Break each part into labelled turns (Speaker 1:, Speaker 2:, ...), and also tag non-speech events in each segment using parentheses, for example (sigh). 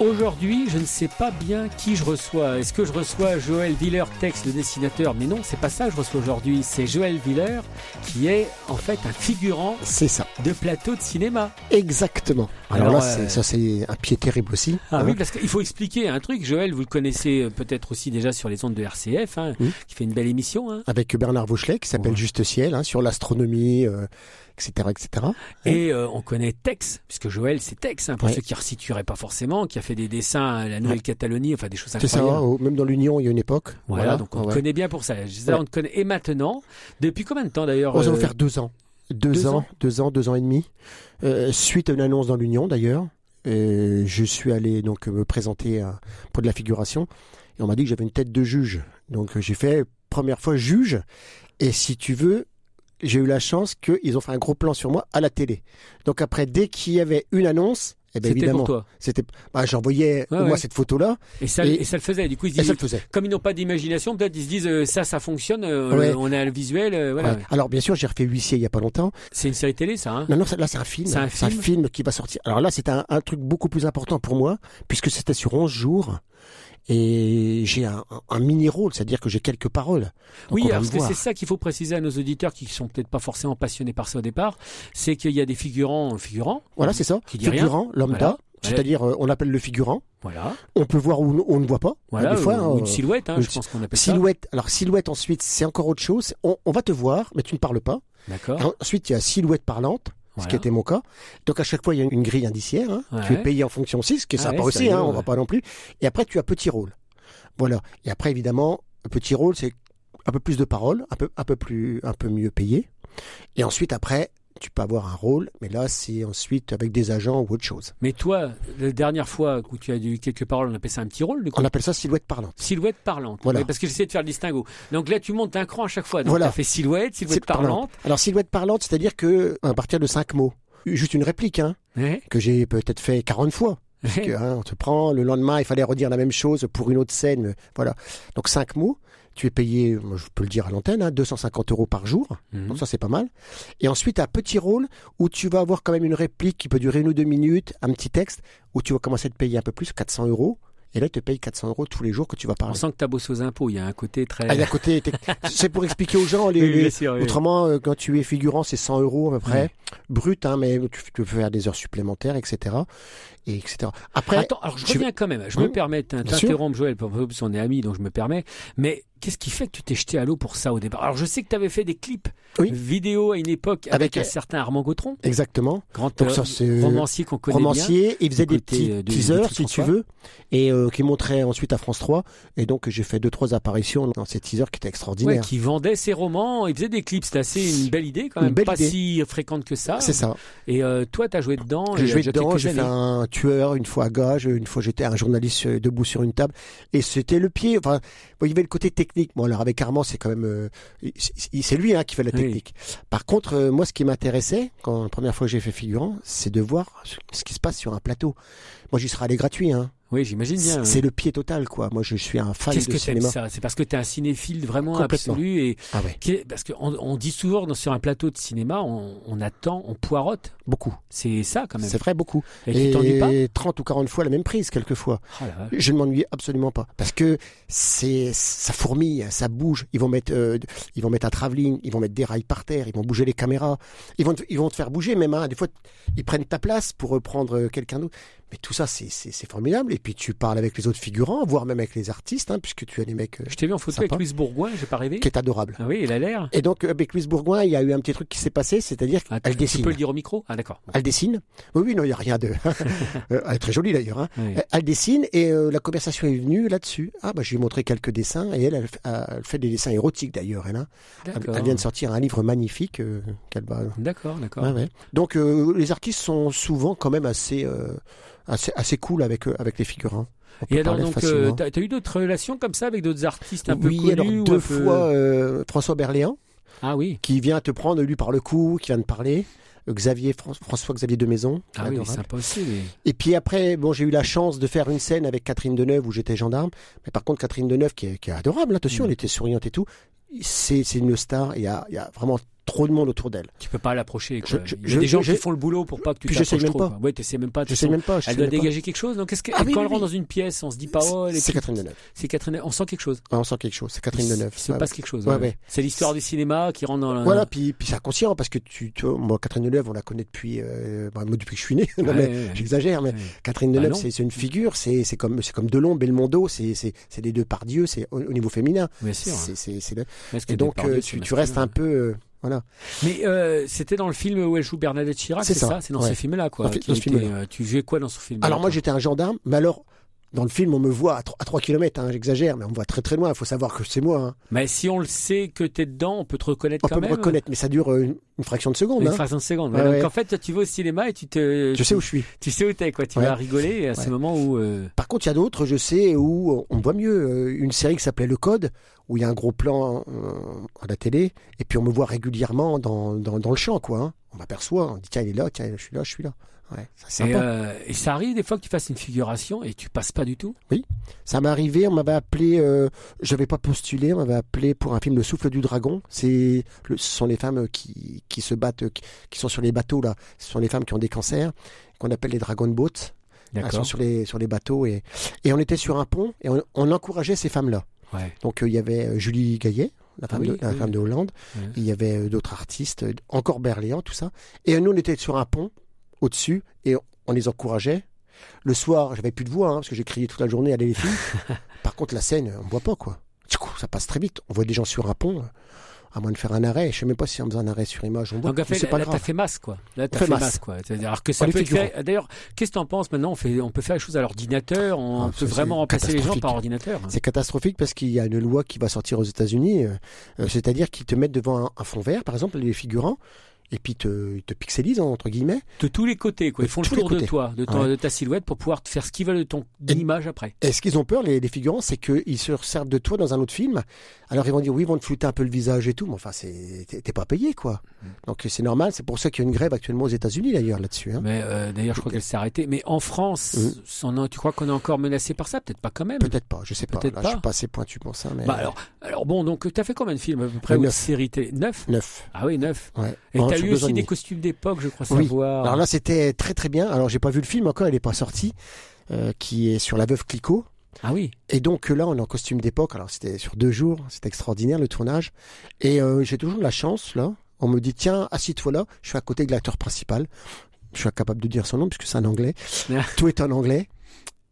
Speaker 1: Aujourd'hui, je ne sais pas bien qui je reçois. Est-ce que je reçois Joël Viller, texte le dessinateur Mais non, c'est pas ça que je reçois aujourd'hui. C'est Joël Viller qui est en fait un figurant
Speaker 2: C'est ça,
Speaker 1: de plateau de cinéma.
Speaker 2: exactement. Alors,
Speaker 1: Alors,
Speaker 2: là,
Speaker 1: euh,
Speaker 2: c'est- ça c'est un pied terrible aussi.
Speaker 1: Ah
Speaker 2: hein.
Speaker 1: oui, parce qu'il faut expliquer un truc. Joël, vous le connaissez euh, peut-être aussi déjà sur les ondes de RCF, hein,
Speaker 2: Oui.
Speaker 1: qui fait une belle émission. hein.
Speaker 2: Avec Bernard Vauchelet qui s'appelle
Speaker 1: Ouais.
Speaker 2: Juste Ciel, hein, sur l'astronomie, euh, etc., etc.
Speaker 1: Et euh, on connaît Tex, puisque Joël, c'est Tex, hein, pour
Speaker 2: Ouais.
Speaker 1: ceux qui ne resitueraient pas forcément, qui a fait des dessins à la Nouvelle-Catalonie, enfin des choses
Speaker 2: C'est ça,
Speaker 1: incroyables.
Speaker 2: hein, au- même dans l'Union, il y a une époque.
Speaker 1: Voilà, donc on
Speaker 2: ouais.
Speaker 1: te connaît bien pour ça. Je disais,
Speaker 2: Ouais.
Speaker 1: on te connaît. Et maintenant, depuis combien de temps d'ailleurs
Speaker 2: On Oh, va
Speaker 1: euh,
Speaker 2: en faire deux ans. Deux,
Speaker 1: deux
Speaker 2: ans,
Speaker 1: ans
Speaker 2: deux ans, deux ans et demi. Euh, suite à une annonce dans l'Union d'ailleurs, euh, je suis allé donc me présenter à- pour de la figuration et on m'a dit que j'avais une tête de juge. Donc euh, j'ai fait première fois juge et si tu veux, j'ai eu la chance qu'ils ont fait un gros plan sur moi à la télé. Donc après, dès qu'il y avait une annonce, eh ben,
Speaker 1: C'était pour
Speaker 2: évidemment,
Speaker 1: toi.
Speaker 2: c'était, bah, j'envoyais
Speaker 1: Ouais,
Speaker 2: au moins
Speaker 1: ouais.
Speaker 2: cette photo-là
Speaker 1: Et ça,
Speaker 2: Et-
Speaker 1: et ça le faisait. Du coup, ils se
Speaker 2: et ça
Speaker 1: disent,
Speaker 2: le faisait.
Speaker 1: comme ils n'ont pas d'imagination, peut-être ils se disent euh, ça, ça fonctionne. euh,
Speaker 2: Ouais.
Speaker 1: On a le visuel. euh, voilà.
Speaker 2: Ouais. Alors bien sûr, j'ai refait huissier il y a pas longtemps.
Speaker 1: C'est une série télé, ça. hein
Speaker 2: Non, non, ça- là, c'est un film.
Speaker 1: C'est un film
Speaker 2: qui va sortir. Alors là, c'est un, un truc beaucoup plus important pour moi, puisque c'était sur 11 jours. Et j'ai un, un- un mini-rôle, c'est-à-dire que j'ai quelques paroles. Donc,
Speaker 1: Oui,
Speaker 2: on va
Speaker 1: alors
Speaker 2: me
Speaker 1: parce que
Speaker 2: voir.
Speaker 1: c'est ça qu'il faut préciser à nos auditeurs qui sont peut-être pas forcément passionnés par ça au départ, c'est qu'il y a des figurants, figurants,
Speaker 2: Voilà, c'est ça.
Speaker 1: Qui dit
Speaker 2: figurant, lambda.
Speaker 1: Voilà.
Speaker 2: C'est-à-dire, euh, on appelle le figurant.
Speaker 1: voilà,
Speaker 2: On peut voir ou on ne voit pas.
Speaker 1: voilà,
Speaker 2: des Ah, fois,
Speaker 1: ou, ou
Speaker 2: euh,
Speaker 1: une silhouette, hein,
Speaker 2: une
Speaker 1: je pense qu'on appelle
Speaker 2: silhouette. Alors, silhouette, ensuite, c'est encore autre chose. On, on va te voir, mais tu ne parles pas.
Speaker 1: ça. D'accord.
Speaker 2: Alors, ensuite, il y a silhouette parlante. Ce qui
Speaker 1: voilà.
Speaker 2: était mon cas. Donc à chaque fois, il y a une grille indiciaire. hein. Tu
Speaker 1: Ouais.
Speaker 2: es payé en fonction 6, ce qui est
Speaker 1: Ah
Speaker 2: sympa
Speaker 1: ouais,
Speaker 2: aussi,
Speaker 1: sérieux,
Speaker 2: hein, on
Speaker 1: ouais.
Speaker 2: va pas non plus. Et après, tu as petit rôle. Voilà. Et après, évidemment, petit rôle, c'est un peu plus de paroles, un peu, un peu plus, un peu mieux payé. Et ensuite, après, tu peux avoir un rôle, mais là, c'est ensuite avec des agents ou autre chose.
Speaker 1: Mais toi, la dernière fois où tu as eu quelques paroles, on appelle ça un petit rôle, du coup.
Speaker 2: On appelle ça silhouette parlante.
Speaker 1: Silhouette parlante.
Speaker 2: Voilà.
Speaker 1: Ouais, parce que j'essaie de faire le distinguo. Donc là, tu montes d'un cran à chaque fois. Donc
Speaker 2: Voilà.
Speaker 1: t'as fait silhouette, silhouette
Speaker 2: Silhouette parlante.
Speaker 1: parlante.
Speaker 2: Alors silhouette parlante, c'est-à-dire que à partir de cinq mots, juste une réplique, hein,
Speaker 1: Ouais.
Speaker 2: que j'ai peut-être fait 40 fois. que, hein, on te prend, le lendemain, il fallait redire la même chose pour une autre scène. euh, Voilà. Donc, cinq mots. Tu es payé, moi, je peux le dire à l'antenne, hein, 250 euros par jour.
Speaker 1: Mhm.
Speaker 2: Donc, ça, c'est pas mal. Et ensuite, un petit rôle où tu vas avoir quand même une réplique qui peut durer une ou deux minutes, un petit texte, où tu vas commencer à te payer un peu plus, 400 euros. Et là, ils te payent 400 euros tous les jours que tu vas
Speaker 1: On
Speaker 2: parler.
Speaker 1: sent que t'as bossé aux impôts. Il y a un côté très.
Speaker 2: Ah, et à côté, t'es- c'est pour expliquer aux gens les,
Speaker 1: (laughs) Oui, bien
Speaker 2: les-
Speaker 1: sûr, oui.
Speaker 2: Autrement, euh, quand tu es figurant, c'est 100 euros à peu près, brut, hein, mais tu, tu peux faire des heures supplémentaires, etc. Et etc. Après,
Speaker 1: Attends, alors je
Speaker 2: tu-
Speaker 1: reviens quand même. Je
Speaker 2: Hein
Speaker 1: me permets de
Speaker 2: Bien sûr.
Speaker 1: t'interrompre, Joël, parce que on est amis, donc je me permets. Mais qu'est-ce qui fait que tu t'es jeté à l'eau pour ça au départ Alors je sais que tu avais fait des clips
Speaker 2: Oui.
Speaker 1: vidéo à une époque
Speaker 2: Avec,
Speaker 1: avec, un
Speaker 2: euh,
Speaker 1: certain Armand Gautron,
Speaker 2: exactement.
Speaker 1: grand
Speaker 2: Donc
Speaker 1: euh,
Speaker 2: ça, c'est-
Speaker 1: romancier qu'on connaît bien.
Speaker 2: romancier, il faisait
Speaker 1: du
Speaker 2: des
Speaker 1: côté, euh,
Speaker 2: petits
Speaker 1: de-
Speaker 2: teasers,
Speaker 1: de
Speaker 2: si tu
Speaker 1: François.
Speaker 2: veux, et euh, qui montrait ensuite à France 3. Et donc, j'ai fait deux, trois apparitions dans ces teasers qui étaient
Speaker 1: Ouais,
Speaker 2: extraordinaires.
Speaker 1: qui vendait ses romans, il faisait des clips, c'était assez une belle idée quand
Speaker 2: Une
Speaker 1: même,
Speaker 2: belle
Speaker 1: pas
Speaker 2: idée.
Speaker 1: si fréquente que ça.
Speaker 2: C'est ça.
Speaker 1: Et euh, toi, t'as joué dedans.
Speaker 2: J'ai
Speaker 1: il y a
Speaker 2: joué
Speaker 1: déjà
Speaker 2: dedans,
Speaker 1: quelques
Speaker 2: j'ai fait
Speaker 1: années.
Speaker 2: un tueur, une fois à gage, une fois j'étais un journaliste euh, debout sur une table. Et c'était le pied. Enfin, bon, il y avait le côté technique. Bon, alors avec Armand, c'est quand même. euh, c'est c'est lui hein, qui fait la
Speaker 1: Oui.
Speaker 2: technique. Par contre, euh, moi, ce qui m'intéressait, quand la première fois que j'ai fait figurant, c'est de voir ce- ce qui se passe sur un plateau. Moi, j'y serais allé gratuit. Hein.
Speaker 1: Oui, j'imagine bien.
Speaker 2: C'est le pied total, quoi. Moi, je suis un fan
Speaker 1: Qu'est-ce
Speaker 2: de
Speaker 1: que t'aimes
Speaker 2: cinéma.
Speaker 1: ça C'est parce que t'es un cinéphile vraiment
Speaker 2: Complètement.
Speaker 1: absolu et
Speaker 2: Ah ouais,
Speaker 1: qui est- parce qu'on on dit souvent dans- sur un plateau de cinéma, on, on attend, on poirote.
Speaker 2: beaucoup.
Speaker 1: C'est ça quand même.
Speaker 2: C'est vrai, beaucoup.
Speaker 1: Et, tu t'ennuies pas
Speaker 2: 30 ou 40 fois la même prise, quelquefois.
Speaker 1: Oh la vache.
Speaker 2: Je ne m'ennuie absolument pas. Parce que c'est, ça fourmille, ça bouge. Ils vont mettre, euh, ils vont mettre un travelling, ils vont mettre des rails par terre, ils vont bouger les caméras. Ils vont, te- ils vont te faire bouger, même, hein. Des fois, ils prennent ta place pour reprendre euh, quelqu'un d'autre. Mais tout ça, c'est, c'est, c'est formidable. Et puis tu parles avec les autres figurants, voire même avec les artistes, hein, puisque tu as des mecs euh,
Speaker 1: Je t'ai vu en photo
Speaker 2: Sympa.
Speaker 1: avec Louise Bourgoin, j'ai pas rêvé.
Speaker 2: qui est adorable.
Speaker 1: Ah oui, il a l'air.
Speaker 2: Et donc euh, avec Louise Bourgoin, il y a eu un petit truc qui s'est passé, c'est-à-dire
Speaker 1: Ah,
Speaker 2: qu'elle
Speaker 1: tu- tu
Speaker 2: dessine.
Speaker 1: peux le dire au micro Ah d'accord.
Speaker 2: Elle dessine. Oui, oui, non, il n'y a rien de. (laughs) Euh, elle est très jolie d'ailleurs. hein.
Speaker 1: Oui.
Speaker 2: Elle- Elle dessine et euh, la conversation est venue là-dessus. Ah, bah, je lui ai montré quelques dessins et elle, elle, f- euh, elle fait des dessins érotiques d'ailleurs. Elle, hein. elle,
Speaker 1: D'accord.
Speaker 2: elle vient de sortir un livre magnifique euh, qu'elle va.
Speaker 1: D'accord, d'accord.
Speaker 2: Ouais, ouais. Donc, euh, les artistes sont souvent quand même assez, euh, assez, assez cool avec, euh, avec les figurants. On peut
Speaker 1: Et alors,
Speaker 2: parler
Speaker 1: donc,
Speaker 2: facilement.
Speaker 1: euh, t'as t'as eu d'autres relations comme ça avec d'autres artistes un peu
Speaker 2: oui,
Speaker 1: connus
Speaker 2: alors
Speaker 1: ou un
Speaker 2: deux
Speaker 1: peu-
Speaker 2: fois euh, François Berléand
Speaker 1: Ah oui,
Speaker 2: qui vient te prendre lui par le cou, qui vient te parler. Euh, Xavier Fran- François Xavier de Maison,
Speaker 1: ah oui,
Speaker 2: adorable.
Speaker 1: c'est impossible.
Speaker 2: Et puis après, bon, j'ai eu la chance de faire une scène avec Catherine Deneuve où j'étais gendarme. Mais par contre, Catherine Deneuve, qui est, qui est adorable, hein, attention,
Speaker 1: Mm.
Speaker 2: elle était souriante et tout, c'est c'est une star. Il y a, il y a vraiment trop de monde autour d'elle.
Speaker 1: Tu peux pas l'approcher. quoi.
Speaker 2: Je- je-
Speaker 1: Il y a des
Speaker 2: je-
Speaker 1: gens
Speaker 2: je-
Speaker 1: qui font le boulot pour pas que tu
Speaker 2: Puis je sais
Speaker 1: t'approches
Speaker 2: même
Speaker 1: trop.
Speaker 2: pas.
Speaker 1: quoi. Ouais, tu sais même pas.
Speaker 2: Je
Speaker 1: Ah, tu
Speaker 2: sais
Speaker 1: sens-
Speaker 2: même pas. je
Speaker 1: Elle
Speaker 2: sais
Speaker 1: doit
Speaker 2: même pas.
Speaker 1: dégager quelque chose. Donc, qu'est-ce que
Speaker 2: Ah oui,
Speaker 1: quand
Speaker 2: oui,
Speaker 1: elle rentre
Speaker 2: oui.
Speaker 1: dans une pièce, on se dit pas oh, elle est
Speaker 2: C'est
Speaker 1: petite.
Speaker 2: Catherine Deneuve.
Speaker 1: C'est Catherine. On sent quelque chose.
Speaker 2: Ouais, on sent quelque chose. C'est Catherine
Speaker 1: Il s-
Speaker 2: Deneuve.
Speaker 1: il se
Speaker 2: Ouais,
Speaker 1: passe
Speaker 2: ouais.
Speaker 1: quelque chose.
Speaker 2: Ouais,
Speaker 1: ouais.
Speaker 2: ouais.
Speaker 1: C'est l'histoire du cinéma qui rentre dans. la-
Speaker 2: Voilà, puis, puis c'est inconscient parce que tu, tu vois, moi, Catherine Deneuve, on la connaît depuis, euh, bah, moi, depuis que je suis né. (laughs) Non,
Speaker 1: Ouais,
Speaker 2: mais
Speaker 1: ouais, ouais.
Speaker 2: J'exagère, mais
Speaker 1: Ouais.
Speaker 2: Catherine
Speaker 1: Bah
Speaker 2: Deneuve,
Speaker 1: non.
Speaker 2: c'est c'est une figure, c'est c'est comme, c'est comme Delon, Belmondo, c'est c'est- c'est les deux par Dieu, c'est au, au niveau féminin.
Speaker 1: Bien sûr. hein.
Speaker 2: C'est c'est- c'est le-
Speaker 1: Parce que
Speaker 2: Et donc,
Speaker 1: Depardieu,
Speaker 2: euh,
Speaker 1: c'est
Speaker 2: tu, tu
Speaker 1: masculin.
Speaker 2: restes un peu. euh, voilà.
Speaker 1: Mais euh, c'était dans le film où elle joue Bernadette Chirac,
Speaker 2: C'est
Speaker 1: c'est ça,
Speaker 2: ça,
Speaker 1: C'est dans
Speaker 2: ouais.
Speaker 1: ces films-là, quoi.
Speaker 2: Dans fi-
Speaker 1: qui
Speaker 2: dans ce
Speaker 1: était,
Speaker 2: film-là.
Speaker 1: euh, tu jouais quoi dans ce film
Speaker 2: Alors moi j'étais un gendarme, mais alors dans le film on me voit à 3, km, j'exagère, mais on me voit très très loin, il faut savoir que c'est moi. hein.
Speaker 1: Mais si on le sait que t'es dedans, on peut te reconnaître
Speaker 2: On
Speaker 1: quand
Speaker 2: peut
Speaker 1: même. hein.
Speaker 2: me reconnaître, mais ça dure euh, une, une fraction de seconde.
Speaker 1: Une
Speaker 2: hein.
Speaker 1: fraction de seconde.
Speaker 2: Ouais,
Speaker 1: donc
Speaker 2: ouais.
Speaker 1: en fait, toi, tu vas au cinéma et tu te.
Speaker 2: Je
Speaker 1: tu-
Speaker 2: sais où je suis.
Speaker 1: Tu sais où t'es, quoi. Tu
Speaker 2: Ouais.
Speaker 1: vas rigoler à ce
Speaker 2: Ouais.
Speaker 1: moment où. euh,
Speaker 2: Par contre il y a d'autres, je sais où on me voit mieux. Euh, Une série qui s'appelait Le Code, où il y a un gros plan euh, à la télé, et puis on me voit régulièrement dans, dans, dans le champ, quoi. hein. On m'aperçoit, on dit tiens il est là, tiens je suis là, je suis là. Ouais, ça, c'est
Speaker 1: Et,
Speaker 2: sympa.
Speaker 1: euh, et ça arrive des fois que tu fasses une figuration et tu passes pas du tout.
Speaker 2: Ah, Ça m'est arrivé, on m'avait appelé, euh, j'avais pas postulé, on m'avait appelé pour un film Le Souffle du Dragon. C'est, le- ce sont les femmes euh, qui, qui se battent, euh, qui, qui sont sur les bateaux là. Ce sont les femmes qui ont des cancers, qu'on appelle les Dragon Boats. Elles sont
Speaker 1: D'accord.
Speaker 2: sur les, sur les bateaux et, et on était sur un pont et on, on encourageait ces femmes-là.
Speaker 1: Ouais.
Speaker 2: Donc euh, il y avait euh, Julie Gaillet, la femme,
Speaker 1: Ah oui,
Speaker 2: de, la
Speaker 1: oui.
Speaker 2: femme de Hollande.
Speaker 1: Ouais.
Speaker 2: Il y avait euh, d'autres artistes, euh, encore Berléand, tout ça. Et euh, nous on était sur un pont au-dessus et on, on les encourageait. Le soir, j'avais plus de voix hein, parce que j'ai crié toute la journée à les
Speaker 1: (laughs)
Speaker 2: filles. Par contre, la scène, on ne voit pas quoi. Tchou, Ça passe très vite. On voit des gens sur un pont, euh, à moins de faire un arrêt. Je sais même pas si on faisait un arrêt sur image. On voit,
Speaker 1: Donc en
Speaker 2: mais
Speaker 1: fait,
Speaker 2: c'est pas
Speaker 1: là, t'as
Speaker 2: grave.
Speaker 1: fait masse, quoi. Là, t'as
Speaker 2: fait
Speaker 1: fait,
Speaker 2: masse.
Speaker 1: masse, quoi. C'est-à-dire alors que ça
Speaker 2: On est
Speaker 1: peut être
Speaker 2: figurant.
Speaker 1: fait- D'ailleurs, qu'est-ce que t'en penses maintenant on, fait, on peut faire les choses à l'ordinateur. On
Speaker 2: Ah, ça,
Speaker 1: peut vraiment
Speaker 2: c'est
Speaker 1: remplacer les gens par
Speaker 2: catastrophique.
Speaker 1: ordinateur.
Speaker 2: C'est catastrophique parce qu'il y a une loi qui va sortir aux États-Unis, euh, euh, c'est-à-dire qu'ils te mettent devant un, un fond vert, par exemple, les figurants, et puis te- ils te pixelisent entre guillemets.
Speaker 1: De tous les côtés, quoi. Ils
Speaker 2: De
Speaker 1: font le
Speaker 2: tous les
Speaker 1: tour de
Speaker 2: côtés.
Speaker 1: toi, de, ton-
Speaker 2: Ouais.
Speaker 1: de ta silhouette pour pouvoir te faire ce qu'ils veulent de ton
Speaker 2: Et-
Speaker 1: image après.
Speaker 2: Et ce qu'ils ont peur, les, les figurants, c'est qu'ils se servent de toi dans un autre film. Alors ils vont dire oui, ils vont te flouter un peu le visage et tout, mais enfin, c'est- t'es t'es pas payé quoi.
Speaker 1: Mm.
Speaker 2: Donc c'est normal. C'est pour ça qu'il y a une grève actuellement aux États-Unis d'ailleurs là-dessus. hein.
Speaker 1: Mais euh, d'ailleurs, je crois qu'elle s'est arrêtée. Mais en France,
Speaker 2: Mhm.
Speaker 1: on en- tu crois qu'on est encore menacé par ça Peut-être pas quand même.
Speaker 2: Peut-être pas, je sais pas.
Speaker 1: Peut-être
Speaker 2: Là,
Speaker 1: pas.
Speaker 2: je suis pas assez pointu pour ça, mais
Speaker 1: Bah alors, alors bon, donc t'as fait combien de films à peu près
Speaker 2: Euh,
Speaker 1: ou de
Speaker 2: neuf.
Speaker 1: séries télé Neuf
Speaker 2: neuf.
Speaker 1: Ah oui, neuf.
Speaker 2: Ouais. Oh,
Speaker 1: Et
Speaker 2: En-
Speaker 1: t'as
Speaker 2: sur
Speaker 1: eu
Speaker 2: deux ans
Speaker 1: aussi
Speaker 2: et
Speaker 1: des
Speaker 2: demi.
Speaker 1: costumes d'époque, je crois
Speaker 2: Oui.
Speaker 1: savoir.
Speaker 2: Alors là, c'était très très bien. Alors j'ai pas vu le film encore, il est pas sorti, euh, qui est sur la veuve Clicquot.
Speaker 1: ah oui.
Speaker 2: Et donc là, on est en costume d'époque. Alors c'était sur deux jours, c'était extraordinaire le tournage. Et euh, j'ai toujours de la chance là. On me dit tiens, assis-toi là. Je suis à côté de l'acteur principal. Je suis incapable de dire son nom puisque c'est un anglais. Tout est en anglais.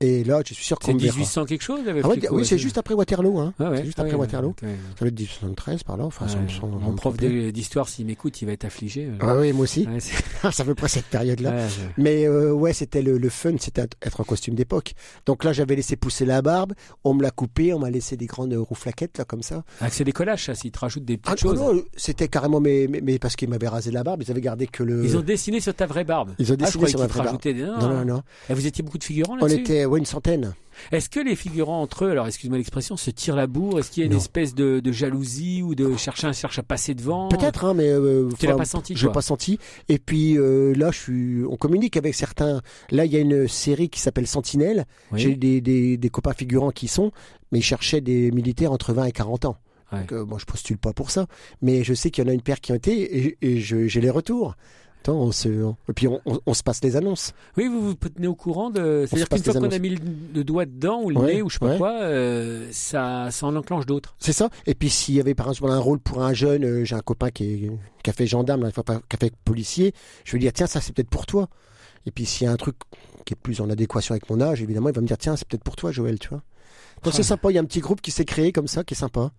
Speaker 2: Et là, je suis sûr qu'on
Speaker 1: Ah. C'est
Speaker 2: me verra.
Speaker 1: 1800 quelque chose avec
Speaker 2: Ah ouais,
Speaker 1: Foucault,
Speaker 2: oui, c'est
Speaker 1: ouais.
Speaker 2: juste après Waterloo. Hein.
Speaker 1: Ah ouais,
Speaker 2: c'est juste
Speaker 1: ah
Speaker 2: après
Speaker 1: ouais,
Speaker 2: Waterloo.
Speaker 1: ok. Ouais.
Speaker 2: Ça doit être 1873 par là. Enfin, ça me semble-
Speaker 1: Mon
Speaker 2: me
Speaker 1: prof
Speaker 2: semble.
Speaker 1: de- d'histoire, s'il m'écoute, il va être affligé. euh.
Speaker 2: Ah oui, moi aussi.
Speaker 1: Ouais, c'est-
Speaker 2: (laughs) ça veut pas cette période-là.
Speaker 1: (laughs) ouais, ouais.
Speaker 2: Mais euh, ouais, c'était le, le fun, c'était être en costume d'époque. Donc là, j'avais laissé pousser la barbe, on me l'a coupée, on m'a laissé des grandes rouflaquettes là comme ça.
Speaker 1: Ah, c'est des collages, ça, s'ils te rajoutent des petites
Speaker 2: Ah,
Speaker 1: choses.
Speaker 2: non, non, c'était carrément mais, mais, mais parce qu'ils m'avaient rasé la barbe, ils avaient gardé que le.
Speaker 1: Ils ont dessiné sur ta vraie barbe.
Speaker 2: Ils ont
Speaker 1: Ah, je
Speaker 2: dessiné
Speaker 1: croyais
Speaker 2: sur
Speaker 1: qu'ils
Speaker 2: ma
Speaker 1: te
Speaker 2: vraie barbe.
Speaker 1: rajoutaient Ah, des-
Speaker 2: Non, non, non.
Speaker 1: Et vous étiez beaucoup de figurants
Speaker 2: On
Speaker 1: là-dessus
Speaker 2: était ouais, une centaine.
Speaker 1: Est-ce que les figurants entre eux, alors excuse-moi l'expression, se tirent la bourre Est-ce qu'il y a une
Speaker 2: Non.
Speaker 1: espèce de, de jalousie ou de chercher, cherche à passer devant
Speaker 2: Peut-être, hein, mais. euh,
Speaker 1: Oh. Tu l'as
Speaker 2: enfin,
Speaker 1: pas senti
Speaker 2: Je l'ai
Speaker 1: toi
Speaker 2: pas senti. Et puis euh, là, je suis. On communique avec certains. Là, il y a une série qui s'appelle Sentinelle.
Speaker 1: Oui.
Speaker 2: J'ai eu des, des, des copains figurants qui y sont, mais ils cherchaient des militaires entre 20 et 40 ans.
Speaker 1: Ouais.
Speaker 2: Donc, euh, moi, je postule pas pour ça. Mais je sais qu'il y en a une paire qui ont été et, et je- j'ai les retours. Attends, on se... Et puis on, on- on se passe les annonces.
Speaker 1: Oui, vous vous tenez au courant de. C'est-à-dire
Speaker 2: passe
Speaker 1: qu'une fois
Speaker 2: des
Speaker 1: qu'on a
Speaker 2: annonces.
Speaker 1: mis le, le doigt dedans ou le
Speaker 2: Ouais,
Speaker 1: nez ou je sais pas
Speaker 2: ouais.
Speaker 1: quoi, euh, ça, ça en enclenche d'autres.
Speaker 2: C'est ça. Et puis s'il y avait par exemple un rôle pour un jeune, euh, j'ai un copain qui, est, qui a fait gendarme, là, qui a pas- qui a fait policier, je vais lui dire tiens ça c'est peut-être pour toi. Et puis s'il y a un truc qui est plus en adéquation avec mon âge, évidemment il va me dire tiens c'est peut-être pour toi Joël, tu vois. Donc
Speaker 1: Ah.
Speaker 2: c'est sympa, il y a un petit groupe qui s'est créé comme ça, qui est sympa.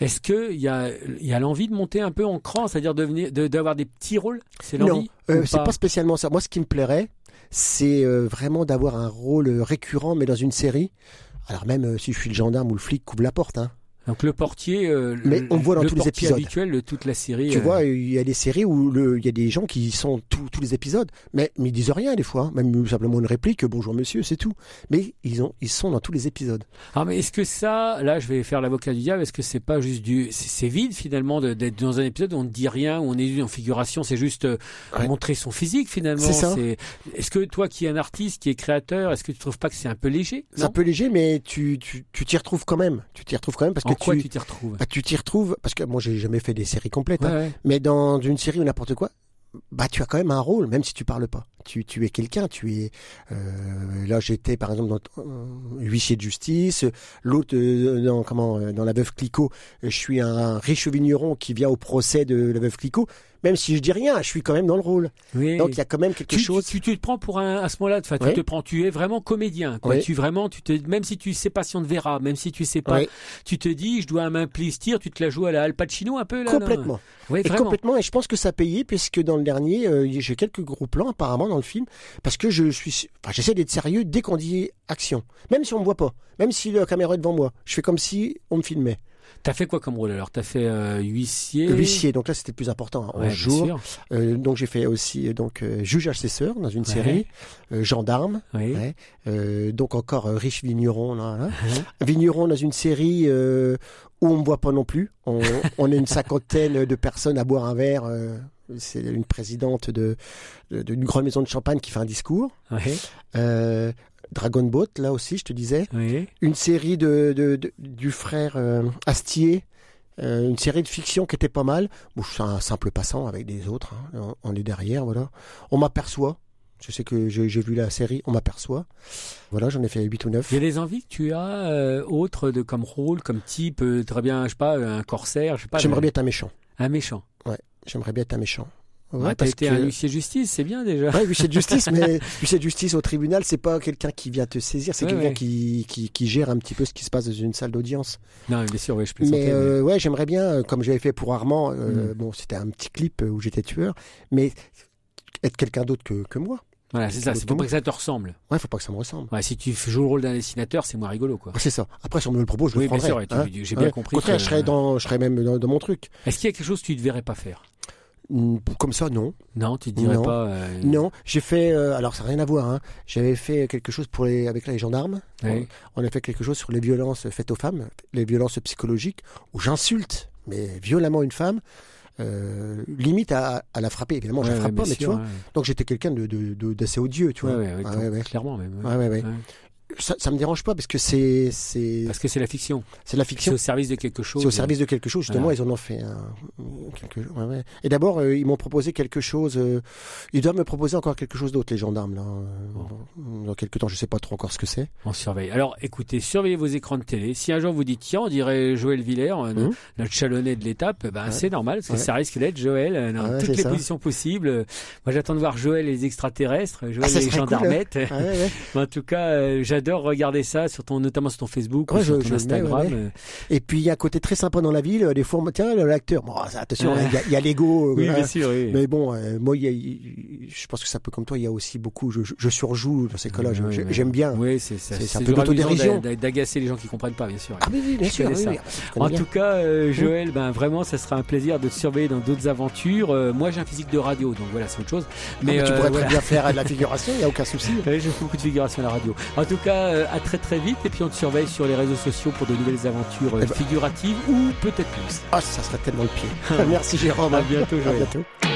Speaker 1: Est-ce que il y a, il y a l'envie de monter un peu en cran, c'est-à-dire de venir- de- d'avoir des petits rôles C'est
Speaker 2: Non,
Speaker 1: l'envie
Speaker 2: euh,
Speaker 1: ou
Speaker 2: c'est pas spécialement ça. Moi ce qui me plairait, c'est euh, vraiment d'avoir un rôle euh, récurrent mais dans une série. Alors même euh, si je suis le gendarme ou le flic qui ouvre la porte, hein.
Speaker 1: Donc le portier. euh, le-
Speaker 2: Mais on voit dans
Speaker 1: le
Speaker 2: tous les
Speaker 1: portier
Speaker 2: épisodes.
Speaker 1: habituel de toute la série.
Speaker 2: Tu
Speaker 1: euh,
Speaker 2: vois, il y a des séries où le- il y a des gens qui sont tous- tous les épisodes, mais, mais ils disent rien des fois, hein. même simplement une réplique, euh, bonjour monsieur, c'est tout. Mais ils, ont, ils sont dans tous les épisodes.
Speaker 1: Ah mais est-ce que ça, là je vais faire l'avocat du diable, est-ce que c'est pas juste du, c'est c'est vide finalement de- d'être dans un épisode où on ne dit rien, où on est en figuration, c'est juste euh,
Speaker 2: Ouais.
Speaker 1: montrer son physique finalement.
Speaker 2: C'est ça.
Speaker 1: c'est- Est-ce que toi qui es un artiste, qui est créateur, est-ce que tu trouves pas que c'est un peu léger
Speaker 2: C'est un peu léger, mais tu tu tu t'y retrouves quand même. Tu t'y retrouves quand même parce
Speaker 1: En
Speaker 2: que
Speaker 1: quoi
Speaker 2: tu
Speaker 1: tu t'y retrouves
Speaker 2: bah, tu t'y retrouves, parce que moi j'ai jamais fait des séries complètes,
Speaker 1: Ouais,
Speaker 2: hein.
Speaker 1: ouais.
Speaker 2: mais dans une série ou n'importe quoi. Bah, tu as quand même un rôle, même si tu parles pas. Tu, tu es quelqu'un, tu es. euh, là, j'étais par exemple dans euh, huissier de justice. L'autre, euh, dans comment, euh, dans la veuve Clicot, je suis un riche vigneron qui vient au procès de la veuve Clicot. Même si je dis rien, je suis quand même dans le rôle.
Speaker 1: Oui.
Speaker 2: Donc il y a quand même quelque
Speaker 1: tu,
Speaker 2: chose.
Speaker 1: tu, tu te prends pour un à ce moment-là, enfin, tu
Speaker 2: Ouais.
Speaker 1: te prends, tu es vraiment comédien. Quoi.
Speaker 2: Ouais.
Speaker 1: Tu vraiment, tu te, même si tu sais pas si on te verra, même si tu sais pas,
Speaker 2: Ouais,
Speaker 1: tu te dis, je dois m'implistir, tu te la joues à la Al Pacino un peu là. non
Speaker 2: complètement.
Speaker 1: Oui,
Speaker 2: Et
Speaker 1: vraiment.
Speaker 2: complètement, et je pense que ça payait puisque dans le dernier, euh, j'ai quelques gros plans apparemment dans le film parce que je suis, enfin, j'essaie d'être sérieux dès qu'on dit action, même si on me voit pas, même si la caméra est devant moi, je fais comme si on me filmait.
Speaker 1: T'as fait quoi comme rôle alors T'as fait euh, huissier.
Speaker 2: Huissier, donc là c'était le plus important hein, en
Speaker 1: Ouais, bien
Speaker 2: jour.
Speaker 1: sûr.
Speaker 2: Euh, donc j'ai fait aussi euh, donc euh, juge assesseur dans une
Speaker 1: Ouais.
Speaker 2: série, euh, gendarme,
Speaker 1: Oui.
Speaker 2: Ouais. euh, donc encore euh, riche vigneron, là, là. vigneron dans une série euh, où on me voit pas non plus.
Speaker 1: (laughs)
Speaker 2: On, on est une cinquantaine de personnes à boire un verre. euh, c'est une présidente de de- d'une grande maison de champagne qui fait un discours.
Speaker 1: (laughs) Ouais.
Speaker 2: Euh, Dragon Boat, là aussi, je te disais.
Speaker 1: Oui.
Speaker 2: Une série de, de- de- du frère euh, Astier. Euh, une série de fiction qui était pas mal. Bon, je suis un simple passant avec des autres. hein. On, on est derrière, voilà. On m'aperçoit. Je sais que j'ai j'ai vu la série, on m'aperçoit. Voilà, j'en ai fait 8 ou 9.
Speaker 1: Il y a des envies que tu as euh, autres de comme rôle, comme type, euh, très bien, je sais pas, euh, un corsaire, je sais pas.
Speaker 2: J'aimerais
Speaker 1: euh,
Speaker 2: bien être un méchant.
Speaker 1: Un méchant.
Speaker 2: J'aimerais bien être un méchant.
Speaker 1: Ouais, T'as été un huissier justice, c'est bien déjà.
Speaker 2: Ouais, huissier de justice,
Speaker 1: (laughs)
Speaker 2: mais huissier de justice au tribunal, c'est pas quelqu'un qui vient te saisir, c'est
Speaker 1: Ouais,
Speaker 2: quelqu'un
Speaker 1: ouais.
Speaker 2: qui, qui, qui gère un petit peu ce qui se passe dans une salle d'audience.
Speaker 1: Non, mais bien sûr, ouais, je plaisantais.
Speaker 2: Mais
Speaker 1: Mais Mm.
Speaker 2: euh, ouais, j'aimerais bien, euh, comme j'avais fait pour Armand, euh, bon, c'était un petit clip euh, où j'étais tueur, mais être quelqu'un d'autre que, que moi.
Speaker 1: Voilà, c'est ça. C'est faut pas que ça te ressemble.
Speaker 2: Ouais, faut pas que ça me ressemble.
Speaker 1: Ouais, si tu f- joues le rôle d'un dessinateur, c'est moins rigolo,
Speaker 2: (laughs)
Speaker 1: quoi.
Speaker 2: C'est ça. Après, si on me le propose, je
Speaker 1: Oui,
Speaker 2: le
Speaker 1: bien
Speaker 2: prendrai.
Speaker 1: sûr, ouais, tu-
Speaker 2: hein.
Speaker 1: j'ai bien
Speaker 2: Ouais.
Speaker 1: compris.
Speaker 2: Au contraire,
Speaker 1: que-
Speaker 2: je serais dans, je serais même dans, dans mon truc.
Speaker 1: Est-ce qu'il y a quelque chose que tu ne devrais pas faire
Speaker 2: Hum, Comme ça, non.
Speaker 1: Non, tu ne dirais
Speaker 2: Non.
Speaker 1: pas. euh,
Speaker 2: Non, j'ai fait. euh, alors, ça n'a rien à voir. hein. J'avais fait quelque chose pour les, avec les gendarmes.
Speaker 1: Ouais.
Speaker 2: On a fait quelque chose sur les violences faites aux femmes, les violences psychologiques, où j'insulte, mais violemment une femme, euh, limite à, à la frapper. Évidemment, je
Speaker 1: Ouais,
Speaker 2: la frappe
Speaker 1: ouais,
Speaker 2: pas,
Speaker 1: bien
Speaker 2: mais tu
Speaker 1: sûr,
Speaker 2: vois.
Speaker 1: ouais.
Speaker 2: Donc j'étais quelqu'un de- de- de- d'assez odieux, tu vois.
Speaker 1: Ouais, ouais, ouais,
Speaker 2: Ah,
Speaker 1: cl-
Speaker 2: ouais, ouais.
Speaker 1: Clairement, même. ouais.
Speaker 2: Ouais, ouais, ouais.
Speaker 1: Ouais.
Speaker 2: Ça, ça me dérange pas parce que c'est c'est
Speaker 1: Parce que c'est la fiction.
Speaker 2: c'est de la
Speaker 1: C'est
Speaker 2: fiction.
Speaker 1: au service de quelque chose. hein.
Speaker 2: C'est au service de quelque chose, justement,
Speaker 1: Voilà.
Speaker 2: ils en ont fait un. quelque- ouais, ouais. Et d'abord, euh, ils m'ont proposé quelque chose. euh, ils doivent me proposer encore quelque chose d'autre, les gendarmes, là. euh, Dans quelques temps, je sais pas trop encore ce que
Speaker 1: (laughs)
Speaker 2: c'est.
Speaker 1: On surveille. Alors, écoutez, surveillez vos écrans de télé. Si un jour vous dites, tiens, on dirait Joël Villers, euh,
Speaker 2: Mhm.
Speaker 1: notre chalonnet de l'étape, ben, c'est normal, parce que
Speaker 2: Ouais.
Speaker 1: ça risque d'être Joël euh, dans
Speaker 2: Ouais,
Speaker 1: toutes
Speaker 2: c'est
Speaker 1: les
Speaker 2: ça.
Speaker 1: positions possibles. Euh, Moi, j'attends de voir Joël et les extraterrestres, euh, Joël
Speaker 2: Ah, ça
Speaker 1: et les
Speaker 2: serait cool, hein.
Speaker 1: gendarmettes.
Speaker 2: Ouais, ouais, ouais.
Speaker 1: en tout cas, euh, j'adore regarder ça, sur ton, notamment sur ton Facebook,
Speaker 2: Ouais,
Speaker 1: ou sur
Speaker 2: je-
Speaker 1: ton
Speaker 2: je le mets,
Speaker 1: Instagram.
Speaker 2: ouais, ouais.
Speaker 1: Euh,
Speaker 2: Et puis il y a un côté très sympa dans la ville, euh, les formes. Tiens, l'acteur, bon, ça, attention,
Speaker 1: Ouais.
Speaker 2: il y a- il y a, l'ego. euh,
Speaker 1: Oui,
Speaker 2: voilà.
Speaker 1: bien sûr. oui.
Speaker 2: Mais bon, euh, moi, il y a- il- je pense que c'est un peu comme toi, il y a aussi beaucoup. Je, je surjoue dans ces cas-là, je-
Speaker 1: Ouais,
Speaker 2: je-
Speaker 1: ouais.
Speaker 2: j'aime bien.
Speaker 1: Oui, c'est ça.
Speaker 2: euh, C'est- c'est un
Speaker 1: C'est
Speaker 2: peu
Speaker 1: toujours amusant
Speaker 2: d'autodérision.
Speaker 1: d'a- d'agacer les gens qui comprennent pas, bien sûr.
Speaker 2: Ah oui, oui, bien
Speaker 1: Je
Speaker 2: sûr.
Speaker 1: connais
Speaker 2: oui,
Speaker 1: ça.
Speaker 2: oui, ah, bah, je connais
Speaker 1: En
Speaker 2: bien.
Speaker 1: tout cas, euh, Joël, ben vraiment, ça sera un plaisir de te surveiller dans d'autres aventures. Euh, moi, j'ai un physique de radio, donc voilà, c'est autre chose. Mais
Speaker 2: Ah, bah, tu
Speaker 1: euh,
Speaker 2: pourrais
Speaker 1: voilà.
Speaker 2: très bien faire euh, de la figuration, il n'y a aucun souci.
Speaker 1: (laughs) Ouais, je fais beaucoup de figuration à la radio. En tout cas, euh, à très très vite, et puis on te surveille sur les réseaux sociaux pour de nouvelles aventures euh,
Speaker 2: Eh ben-
Speaker 1: figuratives ou peut-être plus.
Speaker 2: Ah, ça serait tellement le pied. Merci Jérôme.
Speaker 1: À bientôt,
Speaker 2: À
Speaker 1: Joël.
Speaker 2: bientôt.